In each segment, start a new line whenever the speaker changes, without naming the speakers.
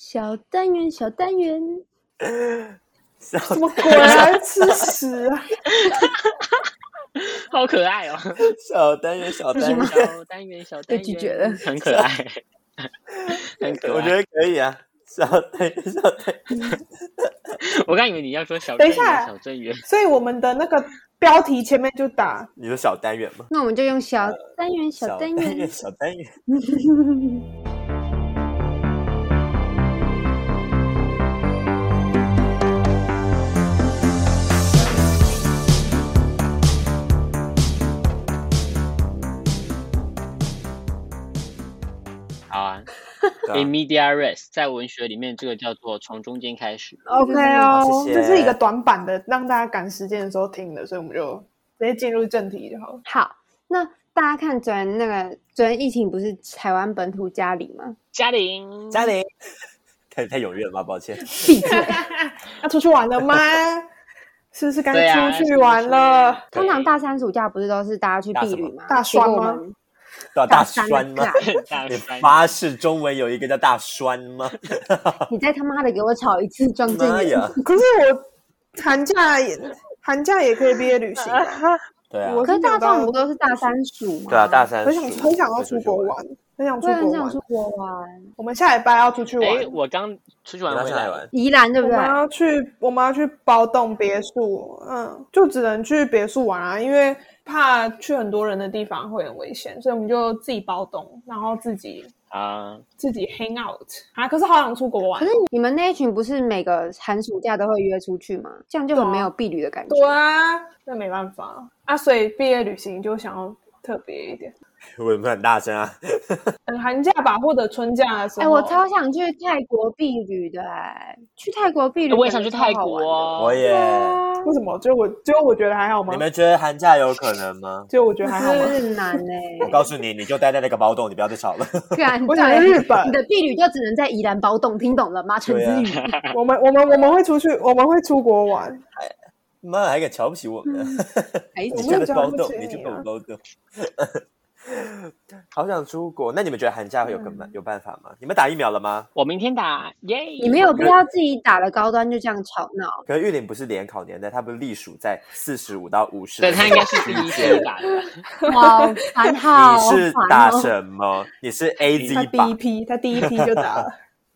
小单元，小单元，
小
什么鬼啊？吃屎啊！
好可爱 哦！
小单元，小单元，
小单元，小单
被
元，
拒绝了
很可爱，很可爱。
我觉得可以啊。小单元，小单元，
我刚以为你要说小
等
队
一
员，
下
小队员，
所以我们的那个标题前面就打
你说小单元吗？
那我们就用小单元，小单元，
小单元，
好啊。
对
Immediate rest 在文学里面，这个叫做从中间开始。
OK
好
哦，
谢谢
这是一个短版的，让大家赶时间的时候听的，所以我们就直接进入正题就好了。
好，那大家看昨天那个，昨天疫情不是台湾本土家里吗？
嘉玲，
啊嘉玲，太太踊跃了吧？抱歉，
闭嘴！
要出去玩 了吗？是不是该
对啊，
出去玩了？
对
通常大三暑假不是都是大家去避旅吗？
大什么
结果我
大栓
们大
大大
三
栓 吗？
大
你
三
发誓中文有一个叫大栓吗？
你再他妈的给我吵一次
嗯
庄
妈
正元，
呀！
可是我寒假也寒假也可以毕业旅行啊，
对啊，
我
可是大
没
众
有到
不都是大三暑吗？
对啊，大三
很想
暑
很想要
会
出
去
国玩，很想出
我也很
国
想
玩
出。国玩，
我们下礼拜要出去玩，
哎，我刚出去
你
玩
要
回
上
来
来，玩，
宜兰对不
我
对啊
们？要去，我们要去包栋别墅，嗯，就只能去别墅玩啊，因为怕去很多人的地方会很危险，所以我们就自己包栋，然后自己
啊，
自己 hang out 啊。可是好想出国玩
可，是你们那一群不是每个寒暑假都会约出去吗？这样就很没有避旅的感觉。
对啊，那没办法啊，所以毕业旅行就想要特别一点，
我们很大声啊！
等寒假吧或者春假的时
哎、
候，
我超想去泰国避旅的、哎，去泰国避旅，
我也想去泰国。
我
哦。
也，
啊
为什么？就我就我觉得还好吗
你？们觉得寒假有可能吗？
就我觉得还
还
好
好
吗
有？ 点 难哎呢、
我告诉你，你就待在那个包栋，你不要再吵了。
敢
我想去
对
日本
你的避旅就只能在宜兰包栋，听懂了吗？陈
对啊
子宇，
我们我们我们会出去，我们会出国玩，
妈还敢瞧不起我们？
哎
你
我
这个
没有
包
瞧不
动，
起
你这
你
个
啊
包动。好想出国，那你们觉得寒假会有个
嗯
办有办法吗？你们打疫苗了吗？
我明天打耶！
你没有必要自己打了高端就这样吵 闹。
可是玉林不是联考年代，它不是隶属在四十五到五十。
对他应该是第一天打的吧。
好烦，好
你
烦
是打
哦！
什么？你是 A
他
Z
第
吧
一？批，他第一批就打了。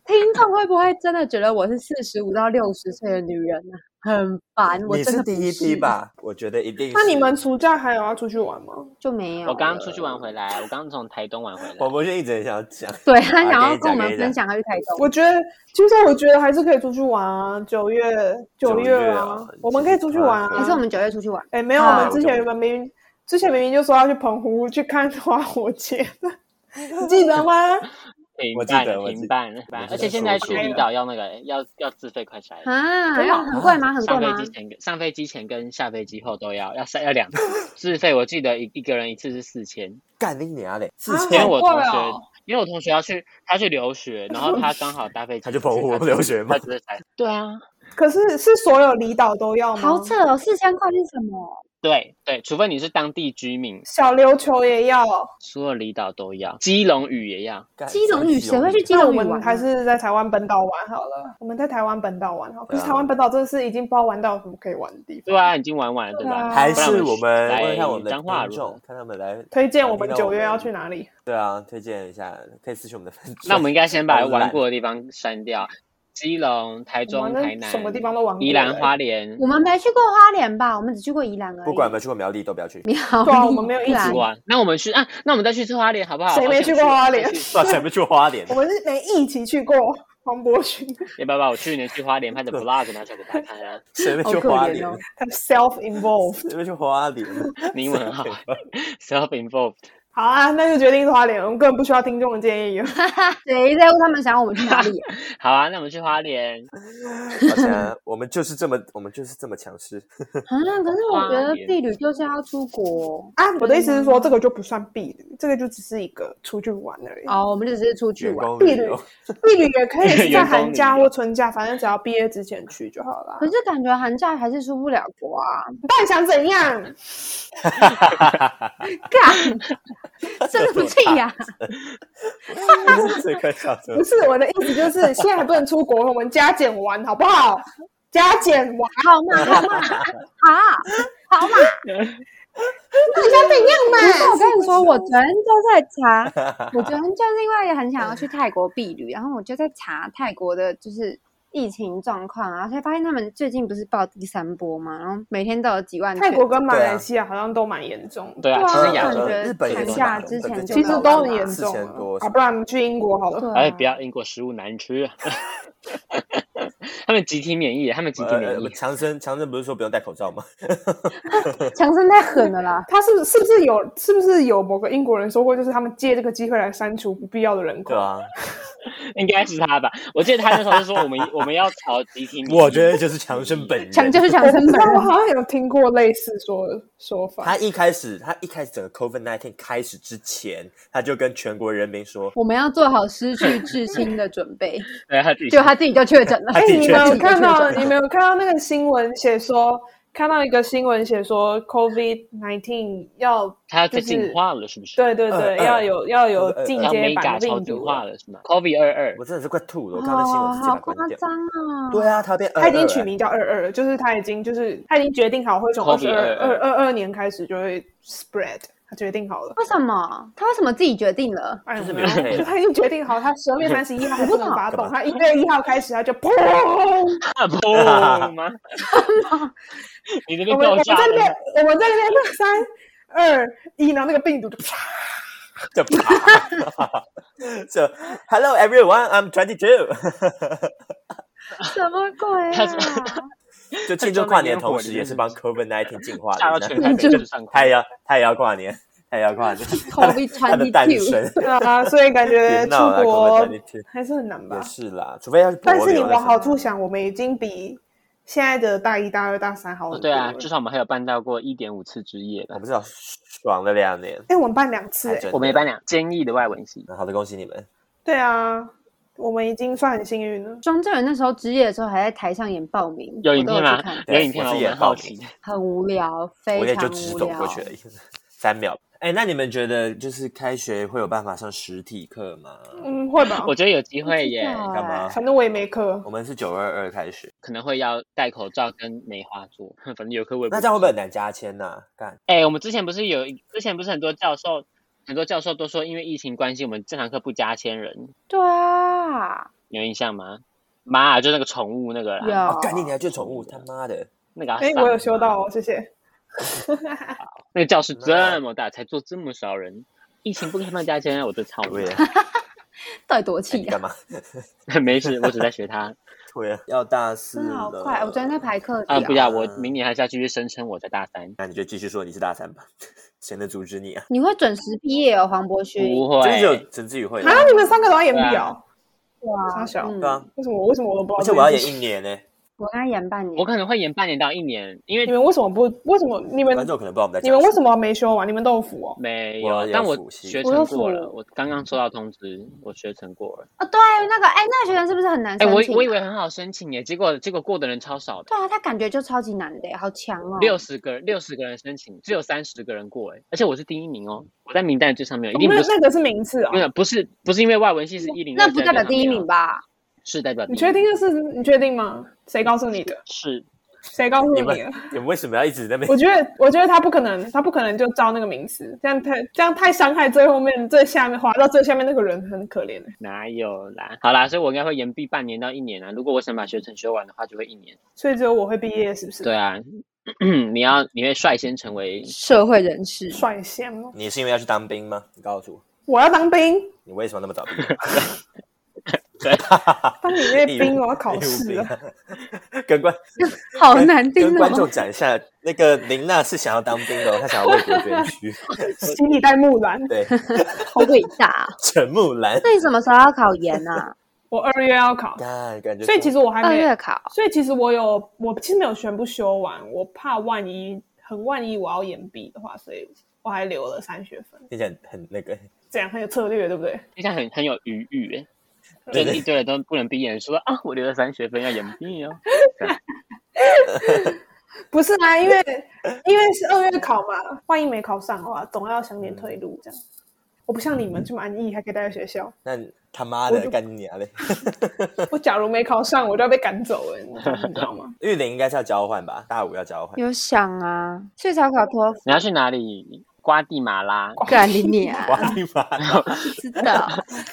听众会不会真的觉得我是四十五到六十岁的女人呢、很烦，我
你
真的
第
不
一批
是？
吧？我觉得一定是。
那你们暑假还有要出去玩吗？
就没有了。
我刚出去玩回来，我刚从台东玩回来。
广播圈一直很想讲，
对他想
好
要跟我
啊跟你讲
们
跟你
分享
讲
他去台东，
我觉得，其实我觉得还是可以出去玩啊。九月九
九月啊
啊，我们可以出去玩
可
啊。
以
还是我们九月出去玩？
哎，没有，
啊
我们之前明明之前明明就说要去澎湖去看花火节，你记得吗？
停
我记
办
得
了
我
停
记
办了，
我记
而且
得
现
是
在
我
去
记得
离岛要那个要要自费快筛，
啊，
真的
要很贵吗？很贵
上
吗
飞？机前跟上飞机前跟下飞机后都要要三要两次自费，我记得一一个人一次是四千，
干你娘
啊
嘞！四
因为
千
好
我同
贵
学
哦
因为我同学要去他去留学，然后他刚好搭 飞机，
他去澎湖留学吗
他直接才对啊，
可是是所有离岛都要吗？
好扯哦，四千块是什么？
对对，除非你是当地居民，
小琉球也要，
所有离岛都要，基隆屿也要。
干
哎
基隆屿谁会去？基
哦那我
隆屿玩
们
啊？
还是在台湾本岛玩好了。我们在台湾本岛玩好，可是
对啊
台湾本岛真的是已经不知道玩到有什么可以玩的地方。
对啊，已经玩完了，对
对
吧？
啊
还
不然
是我们
来
问一下我们的
彰化
听
如
众
何，？
看他们来
推荐我
听
们
到
九
我
月要
们
去哪里？
对啊，推荐一下，可以私信我们的粉丝。
那我们应该先把
好
玩
懒
过的地方删掉，基隆、台
我
中、
们
台南、
什么地方都玩过。
宜兰、
欸
花莲
我们没去过花莲吧？我们只去过宜兰而已。
不管有没有去过苗栗都不要去，
苗栗，
对啊我们没有一起
宜兰
哇，那我们去啊，那我们再去吃花莲好不好？
谁
好
没
想
去过花
好想
莲
去
算全部去花莲
我。们是没一起去过黄博勋，
要不要把哎我去年去花莲拍的 vlog 拿出来给 大家看啊？
谁没
好
去
可
花
怜
莲
哦？
他 self involved。
谁没去花莲？
你英文很好，self involved。
好啊，那就决定是花莲，我们根本不需要听众的建议。
谁在乎他们想要我们去 哪里？
好啊，那我们去花莲。
抱歉啊，我们就是这么，我们就是这么强势。
啊，可是我觉
花
得
莲
避旅就是要出国
啊，我的意思是说，这个就不算避旅，这个就只是一个出去玩而已。
哦，我们就只是出去
员
玩。
工
避
旅
旅
游，
避旅也可以 是在
员工
寒假
旅游嗯
或春假，反正只要毕业之前去就好了
可。是感觉寒假还是出不了国啊！
你到底想怎样？
干，生什么气呀、
这个小 车
不是我的意思，就是 现在还不能出国，我们加减完好不好？加减完，
好 嘛好嘛好好嘛！
到底想怎
不
样
是我跟你说，我昨天就在查，我昨天就是因为很想要去泰国避旅，然后我就在查泰国的，就是疫情状况，然后才发现他们最近不是报第三波嘛，然后每天都有几万
泰
确
国
诊
跟马来西亚好像都蛮严重的，
对啊，
对
其
啊
实亚
感
洲
觉
呃日本也
寒
是
假
蛮
之
严重
前
的
就
其
到
实
了
都
吧
很严
四
重
千多呃
了啊，不然我们去英国好了。
对
哎，
啊
不要英国食物难吃啊， 他们集体免疫，他们集体
呃，
免
呃
疫，
强森强森不是说不用戴口罩吗？
强生太狠了 啦！
他是是不是有是不是有某个英国人说过，就是他们借这个机会来删除不必要的人口
对？啊，
应该是他吧？我记得他那时候是说 我们我们要朝集体免疫，
我觉得就是强森本人。
强就是强
我
生
不知
本
道，我
人，
好像有听过类似说说法。
他一开始，他一开始整个 COVID nineteen 开始之前，他就跟全国人民说，
我们要做好失去至亲的准 备。
对他自己
就他自己就确诊了
他。
哎、
自己
你
确
们有
诊
看到你们有看到那个新闻写说，看到一个新闻写说，COVID nineteen 要
他最
就是
进化了，是不是？
对对
嗯
对，
嗯
要有要有
嗯嗯
进
要
阶
mega
版的
呃超
病
进
毒
化
了，
了是吗？COVID 二二
我真的是快吐了，我
哦，
看到新闻是直接
好
把它
夸
关掉。
张啊！
对啊，他变二
他已经
二
取
欸
名叫二二了，就是他已经就是他已经决定好会从二十
COVID-22
二二二二年开始就会 spread，他决定好了。
为什么他为什么自己决定 了？
哎，
就是
没
没
有，
有配
就他已经决定好，他十二月三十一号还不能发
干
动，
嘛
他一月一号开始他就砰！
啊不 吗？你这
我们
边
我
掉
们在
价
那边
了，
我们在那边那三二一，然后那个病毒就啪，
就啪。So hello everyone, I'm twenty two 。
什么鬼
他
啊
是？
就庆祝跨年的同时，也是帮 COVID nineteen 进化
吓到
的
全
呢。
台北市上
他也
空。
要，他也要跨年，他也要跨年。
COVID
他的诞
22
生
啊，所以感觉
别
出
闹啦
国
，COVID 19
还是很难吧
也。是啦，除非要去
但
博
是你
流那
往
什
好
么。
处想，我们已经比现在的大一、大二、大三好
哦
很
对
多
啊，
了。
至少我们还有办到过一点五次之夜
我
吧。
哎不知道，爽了两年。
哎，我们办两次
还
哎，
真
我们也
的
办两坚毅的外文系，
那好的，恭喜你们！
对啊，我们已经算很幸运了。
庄正元那时候之夜的时候还在台上演报名，
有
我
影
都
片
去
吗
看？哦
有
对
影片吗？
我
我
是也
蛮好
报
奇的。
很无聊，
我
非
也就
常
只
无
是走
聊。
过去而已，三秒。哎，那你们觉得就是开学会有办法上实体课吗？
嗯，会吧
我？觉得有机会耶，
不知道
干嘛
哎？
反正我也没课。
我们是九二二开学，
可能会要戴口罩跟梅花座，反正游客会。
那这样会不会很难加签呐？干，
哎、我们之前不是有一，之前不是很多教授，很多教授都说，因为疫情关系，我们这堂课不加千人，
对啊，
有印象吗？妈啊，就那个宠物那个
有
啦，
啊干你娘就宠物，他妈的！
那个好啊
哎，
烦
我有修到哦，谢谢。
那个教室
啊
这么大，才坐这么少人，疫情不可以放加千人，我就
哦
操
对
你！
呀，
哎到底多
哎
气啊
你
呀、
干嘛？
没事，我只在学他
对呀，要大四
真的好
了
快！我昨天在排课表，
啊，不要，我明年还是要继续声称我在大三，
那你就继续说你是大三吧，谁能阻止你啊？
你会准时毕业哦，黄博勋。
就
不
是
会，
有陈志宇会的，
啊，你们三个都要演
对啊
表？
对
傻小
嗯
对啊，
为什么？为什么我都不
而
知道
且
这件事情？
我要演一年呢，
我跟他延半年
我，可能会延半年到一年，因为
你们为什么不？为什么你们
观众可能不知道我们在
你
讲
们
什
为
么。
什么没修完？你们都有辅哦。
没
我
有，
有
但我
复习
学
我有
成
复
过了，我刚刚收到通知，我学成过了。
哦，对，那个哎，那个学生是不是很难
哎、
申
我
请啊？
我以为很好申请耶，结果结果过的人超少的，
对啊，他感觉就超级难的，好强哦。
六十个六十个人申请，只有三十个人过哎，而且我是第一名哦，我在名单的最上面，一定不
那
是、
那个是名次哦
没。有不是不是因为外文系是一零，
那不代表第一名
吧？
吧？
啊是代表第一
你确
名
定这是？你确定吗？谁告诉你的？
是
谁告诉
你
你
们
的？
你们为什么要一直在那
我
边？
觉得，我觉得他不可能，他不可能就照那个名次，这样太这样太伤害最后面最下面滑到最下面那个人，很可怜欸
哪有啦？好啦，所以我应该会延毕半年到一年啊。如果我想把学程修完的话，就会一年。
所以只有我会毕业，是不是？
对，啊， 你要你会率先成为
社会人士，
率先哦，
你是因为要去当兵吗？你告诉我，
我要当兵，
你为什么那么早毕 业？
当你那
义务
兵，我要考
义务
试
兵
了。
啊跟观
好
跟
难听
跟观
哦。
众讲一下，那个林娜是想要当兵的哦，她想要为国捐 躯。
新一代木兰，
对，
好伟大、
陈木兰，
那你什么时候要考研啊？
我二月要考，
干感觉。
所以其
实
实我 还
二
没
月考，
所以其实我有，我其实没有全部修完，我怕万一很万一我要延毕的话，所以我还留了三学分，
听起来很很那个，
这样很有策略，对不对？
就像很很有余裕哎。
对
就一堆人都不能毕业，说啊，我留了三学分要延毕哦。
不是啊，因为 因为是二月考嘛，万一没考上的话，总要想
嗯
点退路这样。我不像你们这么安逸，还可以待在 学校。
那他妈
我
的
就
干你娘嘞！
我假如没考上，我就要被赶走了，你知道你知道 吗？
玉林应该是要交换吧，大五要交换。
有想啊，所以才要考托 福。
你要去哪里？瓜地马拉，
干你娘！
哇，你妈！
知道，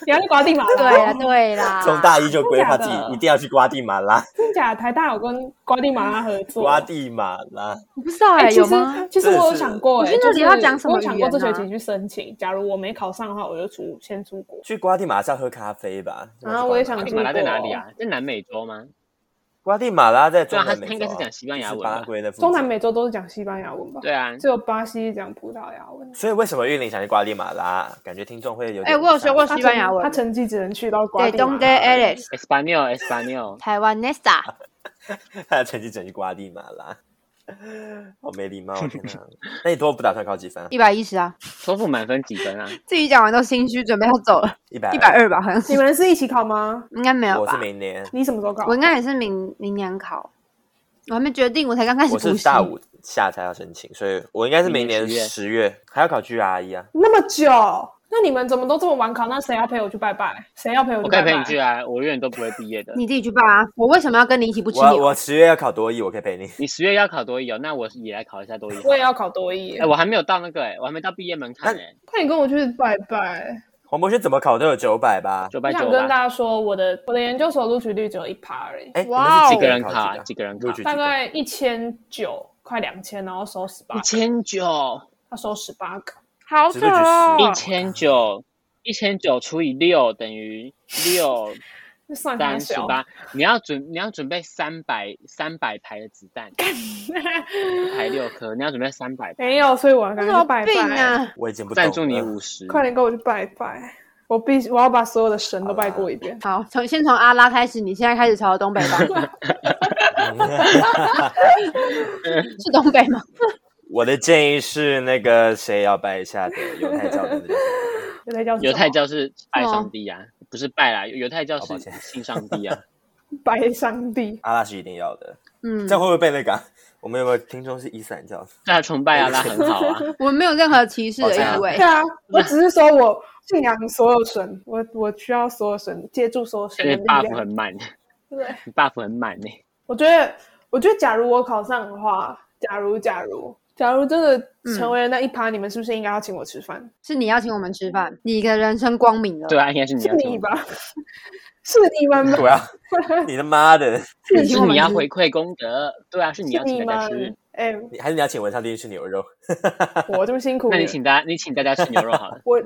你要去瓜地马拉？ 哦
对啦，对啦。
从大一就规划自
真的假
己
的
一定要去瓜地马拉，
真假台大有跟瓜地马拉合作？
瓜地马拉。
我不知道
哎、
哎，
其
有
实
吗？
其实我有想过、哎，
真的是我
就是
真的要讲什么
我有想过这
语言
学
啊
期去申请。假如我没考上的话，我就出先出国。
去瓜地马拉是要喝咖啡吧？
啊我也想
瓜地
去
马拉在哪里啊？在南美洲吗？
瓜地马拉在
对
中
啊，他
南美洲啊，
他应该是讲西班牙
是
文
巴拉
吧？
圭的附近
中南。美洲都是讲西班牙文吧？
对啊，
只有巴西讲葡萄牙文。
所以为什么玉林想去瓜地马拉？感觉听众会有点
哎，我有学过西班牙
他
文。
成绩只能去到瓜
对
啊
地马
，Donde
拉。
Alex，
Espanol Espanol，
台湾 Nesta。
他的成绩整去瓜地马拉， 好没 礼貌！天哪，那你托福打算考几分啊？
一百一十啊！
托福满分几分啊？
自己讲完都心虚，准备要走了。
一百
一百，二吧，好像是
你们是一起考吗？
应该没有
哎我
吧
是？明年，
你什么时候考
我？应该也是明明年考，我还没决定，我才刚开始
我
补
是
习。
大五下才要申请，所以我应该是明年
明年
十月还要考 GRE 啊。
那么久？那你们怎么都这么晚考？那谁要陪我去拜拜？谁要陪我
我
去
可以
拜拜？
陪你去啊，我永远都不会毕业的。
你自己去报啊！我为什么要跟你一起不吃
我
牛？
我十月要考多艺，我可以陪你。
你十月要考多艺哦，那我也来考一下多艺。
我也要考多一
哎，，我还没有到那个哎，我还没到毕业门槛哎，
快点跟我去拜拜！
黄博轩怎么考都有九百吧？
九
我
百
想
九
跟大
吧。
家说，我的我的研究所录取率只有一趴而已，
哎，你们
哇
是
哦
几
几个人
考
考啊
个
几个人
录
考
取几
大
个？
概一千九，快两千，然后收十八
一，千九，
要收十八个。
好哦
只录取十
一千九，一千九除以六等于 六
那算
三十
小，
八。你要准，你要准备三百三百排的子弹，排六颗，你要准备三 百。
没有，所以我要
那
跟
是
他
有
拜
病
拜。
啊！
我已经不懂嗯
赞
了。
助你五十，
快点跟我去拜拜！我必须，我要把所有的神都拜过一遍。
好，从先从阿拉开始，你现在开始朝东北吧？是东北吗？
我的建议是那个谁要拜一下的犹太教的那个，
犹太教是什么，
犹太教是拜
哦
上帝啊，不是拜啦，犹太教
哦抱
是
歉
信上帝啊。
拜上帝，
阿拉是一定要的。
嗯
这，样会不会被那个啊、我们有没有听众是伊斯兰教？
那崇拜阿拉很好 啊，
我没有任何歧视的
好
意
像
哎
味
对。啊，我只是说我信仰所有神，我我需要所有神，借助所有神
因
的
为
力
buff
量。
很满
对，
，buff 很满 呢、
我觉得，我觉得，假如我考上的话，假如假如假如真的成为了那一趴，你们是不是应该要请我吃饭？
是你邀请我们吃饭，你的人生光明了。
对啊，应该是你
是
要
你
听，
吧？是你们吧？
我要啊 你的妈的！
是
是
我们
你要
吃
回馈功德，对啊，是你
是
要
你
请大家
们
吃。？
哎、
你还是你要请文昌帝君吃牛肉？
我这么辛苦，，
那你请大家，你请大家吃牛肉好了
我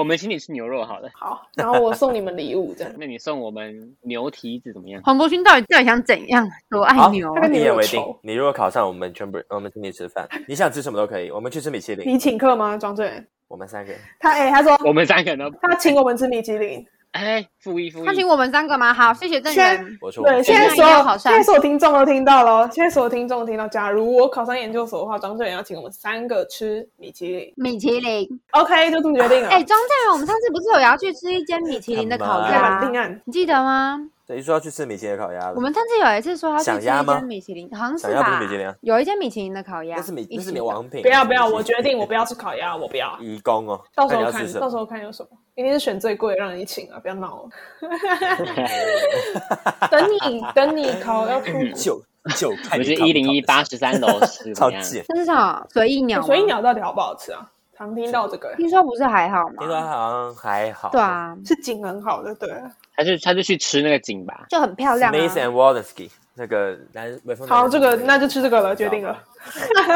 我们请你吃牛肉好了。
好，然后我送你们礼物，这 样。
那你送我们牛蹄子怎么样？
黄柏勋到底到底想怎样？多爱
好
牛啊！
那你
一
有
言为定
仇。
你如果考上，我们全部我们请你吃饭，你想吃什么都可以，我们去吃米其林。
你请客吗，庄正？
我们三个人
他哎、他说
我们三个人都
他请我们吃米其林。
哎，负一负
他请
一，
我们三个吗？好，谢谢郑源。
我说我
对，
们
现在
一
所
定
有
要考上
现在所有听众都听到了，现在所有听众都听到。假如我考上研究所的话，庄正也要请我们三个吃米其林。
米其林，
OK，就这么决定了。
啊
哎、庄正源，我们上次不是有要去吃一间米其林的烤
干
盖
嘛
板
鸭
定？案。
你记得吗？
对，一说要去吃米其林烤鸭
我
了。
们上次有一次说要去
想
吃
鸭
一
吗
间米其林，好像
想
是
要不是
吧
米其林啊？
有一间米其林的烤鸭，
那是米
一
那是
起
米
的
王品。
不要不
米
要，
其林
我决定我不要吃烤鸭，我不要。
移工哦。
到时
那你
候
要吃
看，
什
到时
么？
候看有什么，一定是选最贵的让你请啊！不要闹了。等你等你考要出国，
就就看
我
你
是
考不考得上
一零一八十三楼是 怎
超
么样？
贱。
那是什么？随意鸟？
所以，鸟到底好不好吃啊？常听到这个
听说不是还好
听说
吗？
好像还好。
对。啊，
是景很好的，对了。
他就他就去吃那个景吧。
就很漂亮、
Smith
啊。
and Walensky 那个南美风。
好，这个那就吃这个了，决定了，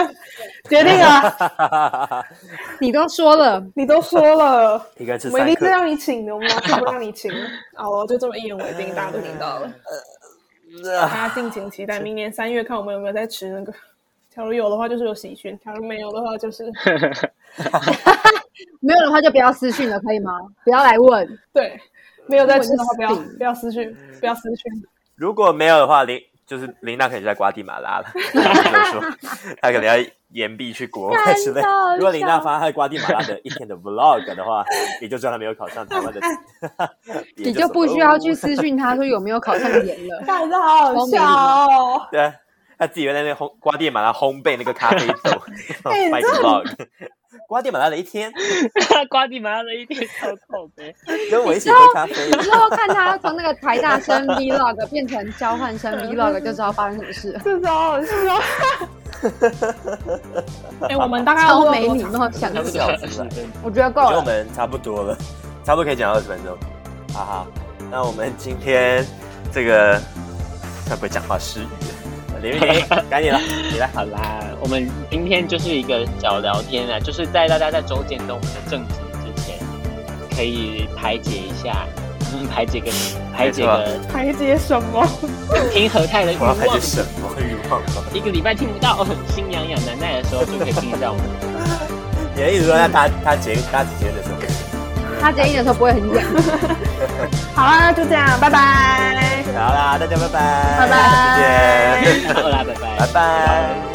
决 定了，
了。
你都说了，
你都说了。
一个人吃
我
三
们一定
颗。
是让你请的，我们哪次不让你请？好了，就这么一言为定，大家都听到了。大家敬请期待明年三月看我们有没有在吃那个。假如有的话，就是有喜讯；假如没有的话，就是
没有的话就不要私讯了，可以吗？不要来问。
对，没有在吃的话，
我
不要
就死定
不要私讯，不要私讯。
如果没有的话，林就是琳娜可能就在瓜地马拉 了，没有说她可能要延毕去国外之 类
看到。
如果琳娜发她在瓜地马拉的一天的 vlog 的话，你就知道她没有考上台湾 的，也哦
你就
说
不需要去。私讯他说有没有考上研了。
看，这好好笑哦！
对，他自己在那边烘瓜地马拉烘焙那个咖啡豆
哎
拍
你知
vlog。瓜地马拉的一天，
瓜地马拉的一天超口呗，
跟我一起喝咖啡。
你之后看他从那个台大生 vlog 变成交换生 vlog，就知道发生什么事了。
这招好笑。哎，我们大概要
超
录
没
多
礼
长
貌，想
差不
死
多。
笑
二
死
十
了
分。
我觉得够
我觉得我
了，
们差不多了， 差不多可以讲二十分钟。好好，那我们今天这个会不会讲话失语？林玉玲，赶紧了，你来。
好啦，我们今天就是一个小聊天啊，就是在大家在周间跟我们的正题之前，可以排解一下，嗯排解个排解个
排解什么？
平和泰的欲
我要
望
拍。些什么欲望吗？
一个礼拜听不到， 心痒痒难耐的时候就可以听一下我们。
你的意思说他他他结他结的时候，
他接应的时候不会很痒。
好啦，就这样，拜拜。
好啦，大家拜拜，
拜拜
再见，
好啦，拜拜，
拜拜。